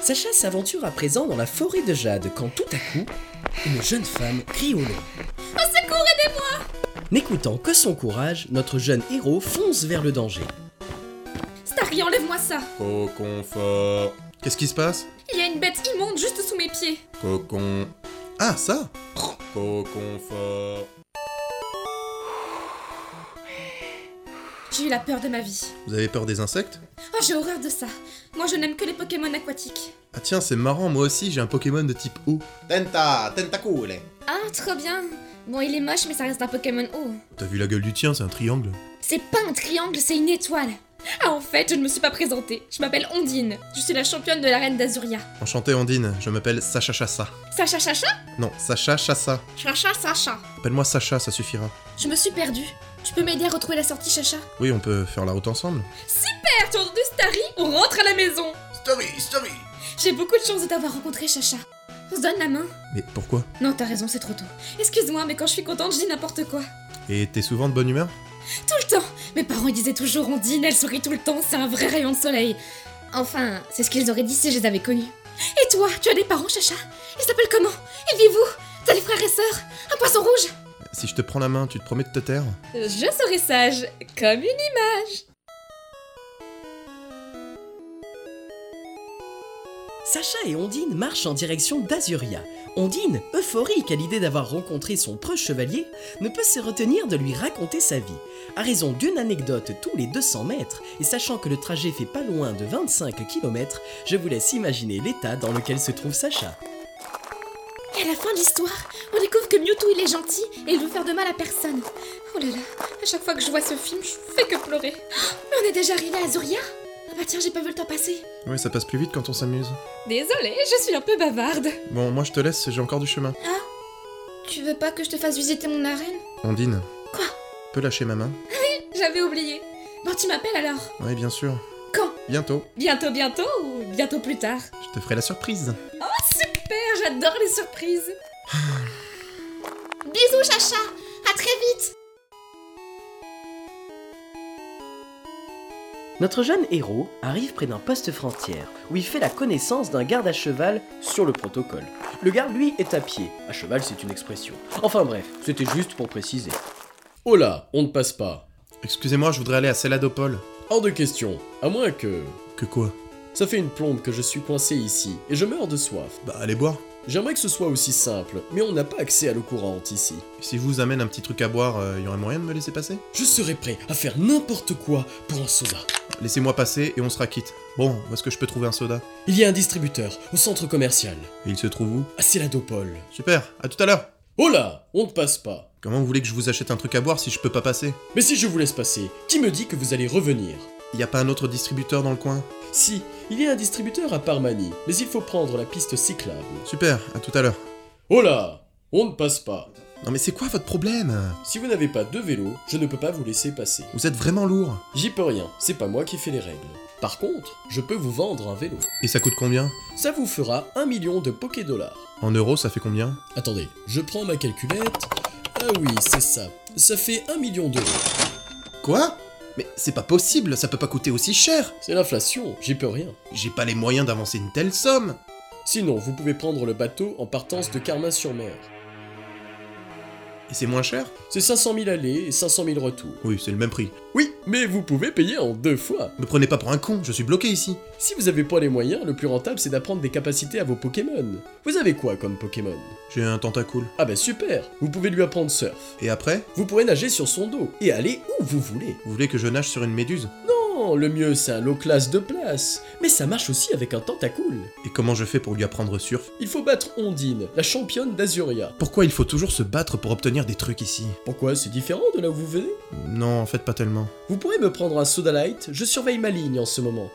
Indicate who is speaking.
Speaker 1: Sacha s'aventure à présent dans la forêt de Jade quand tout à coup, une jeune femme crie au loin.
Speaker 2: Au secours, Ah, aidez-moi
Speaker 1: N'écoutant que son courage, notre jeune héros fonce vers le danger.
Speaker 2: Starry, enlève-moi ça
Speaker 3: Au confort.
Speaker 4: Qu'est-ce qui se passe
Speaker 2: Il y a une bête immonde juste sous mes pieds
Speaker 3: Cocon.
Speaker 4: Ah, ça
Speaker 3: Au confort.
Speaker 2: J'ai eu la peur de ma vie.
Speaker 4: Vous avez peur des insectes
Speaker 2: Oh, j'ai horreur de ça Moi, je n'aime que les Pokémon aquatiques.
Speaker 4: Ah tiens, c'est marrant, moi aussi j'ai un Pokémon de type eau.
Speaker 5: Tenta, tentacule.
Speaker 2: Ah, trop bien Bon, il est moche, mais ça reste un Pokémon haut.
Speaker 4: T'as vu la gueule du tien, c'est un triangle.
Speaker 2: C'est pas un triangle, c'est une étoile Ah, en fait, je ne me suis pas présentée. Je m'appelle Ondine. Je suis la championne de la reine d'Azuria.
Speaker 4: Enchanté Andine, je m'appelle Sacha Chassa.
Speaker 2: Sacha, Sacha
Speaker 4: Non, Sacha Chassa.
Speaker 2: Chacha, Sacha
Speaker 4: Appelle-moi Sacha, ça suffira.
Speaker 2: Je me suis perdue. Tu peux m'aider à retrouver la sortie, Chacha
Speaker 4: Oui, on peut faire la route ensemble.
Speaker 2: Super, tu as entendu Starry On rentre à la maison
Speaker 5: Story, story.
Speaker 2: J'ai beaucoup de chance de t'avoir rencontré, Chacha. On se donne la main
Speaker 4: Mais pourquoi
Speaker 2: Non, t'as raison, c'est trop tôt. Excuse-moi, mais quand je suis contente, je dis n'importe quoi.
Speaker 4: Et t'es souvent de bonne humeur
Speaker 2: Tout le temps Mes parents ils disaient toujours on dîne, elle sourit tout le temps, c'est un vrai rayon de soleil. Enfin, c'est ce qu'ils auraient dit si je les avais connus. Et toi, tu as des parents, Chacha Ils s'appellent comment Et vivez-vous T'as des frères et sœurs Un poisson rouge
Speaker 4: Si je te prends la main, tu te promets de te taire
Speaker 2: Je serai sage, comme une
Speaker 1: Sacha et Ondine marchent en direction d'Azuria. Ondine, euphorique à l'idée d'avoir rencontré son proche chevalier, ne peut se retenir de lui raconter sa vie. À raison d'une anecdote tous les 200 mètres, et sachant que le trajet fait pas loin de 25 km, je vous laisse imaginer l'état dans lequel se trouve Sacha.
Speaker 2: Et à la fin de l'histoire, on découvre que Mewtwo il est gentil et il veut faire de mal à personne. Oh là là, à chaque fois que je vois ce film, je fais que pleurer. Oh, mais on est déjà arrivé à Azuria Ah bah tiens, j'ai pas vu le temps passer.
Speaker 4: Oui, ça passe plus vite quand on s'amuse.
Speaker 2: Désolée, je suis un peu bavarde.
Speaker 4: Bon, moi je te laisse, j'ai encore du chemin.
Speaker 2: Tu veux pas que je te fasse visiter mon arène
Speaker 4: Ondine.
Speaker 2: Quoi
Speaker 4: Peux lâcher ma main
Speaker 2: J'avais oublié. Bon, tu m'appelles alors
Speaker 4: Oui, bien sûr.
Speaker 2: Quand
Speaker 4: Bientôt.
Speaker 2: Bientôt, bientôt ou bientôt plus tard
Speaker 4: Je te ferai la surprise.
Speaker 2: Père, j'adore les surprises. Bisous, Chacha À très vite
Speaker 1: Notre jeune héros arrive près d'un poste frontière, où il fait la connaissance d'un garde à cheval sur le protocole. Le garde, lui, est à pied. À cheval, c'est une expression. Enfin bref, c'était juste pour préciser.
Speaker 6: Oh là, on ne passe pas.
Speaker 4: Excusez-moi, je voudrais aller à Céladopole.
Speaker 6: Hors de question, à moins que...
Speaker 4: Que quoi
Speaker 6: Ça fait une plombe que je suis coincé ici, et je meurs de soif.
Speaker 4: Bah, allez boire.
Speaker 6: J'aimerais que ce soit aussi simple, mais on n'a pas accès à l'eau courante ici.
Speaker 4: Si je vous amène un petit truc à boire, euh, y aurait moyen de me laisser passer
Speaker 6: Je serais prêt à faire n'importe quoi pour un soda.
Speaker 4: Laissez-moi passer et on sera quitte. Bon, où est-ce que je peux trouver un soda
Speaker 6: Il y a un distributeur, au centre commercial,
Speaker 4: Et il se trouve où
Speaker 6: à Céladopole.
Speaker 4: Super, à tout à l'heure
Speaker 6: Oh là, on ne passe pas.
Speaker 4: Comment vous voulez que je vous achète un truc à boire si je peux pas passer
Speaker 6: Mais si je vous laisse passer, qui me dit que vous allez revenir
Speaker 4: Y a pas un autre distributeur dans le coin
Speaker 6: Si, il y a un distributeur à Parmanie, mais il faut prendre la piste cyclable.
Speaker 4: Super, à tout à l'heure.
Speaker 6: Oh là, on ne passe pas.
Speaker 4: Non mais c'est quoi votre problème
Speaker 6: Si vous n'avez pas deux vélos, je ne peux pas vous laisser passer.
Speaker 4: Vous êtes vraiment lourd.
Speaker 6: J'y peux rien, c'est pas moi qui fais les règles. Par contre, je peux vous vendre un vélo.
Speaker 4: Et ça coûte combien
Speaker 6: Ça vous fera un million de dollars.
Speaker 4: En euros, ça fait combien
Speaker 6: Attendez, je prends ma calculette. Ah oui, c'est ça. Ça fait un million d'euros.
Speaker 4: Quoi Mais c'est pas possible, ça peut pas coûter aussi cher
Speaker 6: C'est l'inflation, j'y peux rien.
Speaker 4: J'ai pas les moyens d'avancer une telle somme
Speaker 6: Sinon, vous pouvez prendre le bateau en partance de Carmin-sur-Mer.
Speaker 4: Et c'est moins cher
Speaker 6: C'est 500 000 allées et 500 000 retours.
Speaker 4: Oui, c'est le même prix.
Speaker 6: Oui, mais vous pouvez payer en deux fois.
Speaker 4: Me prenez pas pour un con, je suis bloqué ici.
Speaker 6: Si vous avez pas les moyens, le plus rentable c'est d'apprendre des capacités à vos Pokémon. Vous avez quoi comme Pokémon
Speaker 4: J'ai un tentacule.
Speaker 6: Ah bah super, vous pouvez lui apprendre surf.
Speaker 4: Et après
Speaker 6: Vous pourrez nager sur son dos et aller où vous voulez.
Speaker 4: Vous voulez que je nage sur une méduse
Speaker 6: Non, le mieux c'est un low class de place, mais ça marche aussi avec un tentacule.
Speaker 4: Et comment je fais pour lui apprendre surf
Speaker 6: Il faut battre Ondine, la championne d'Azuria.
Speaker 4: Pourquoi il faut toujours se battre pour obtenir des trucs ici
Speaker 6: Pourquoi c'est différent de là où vous venez
Speaker 4: Non, en fait pas tellement.
Speaker 6: Vous pourrez me prendre un soda light, je surveille ma ligne en ce moment.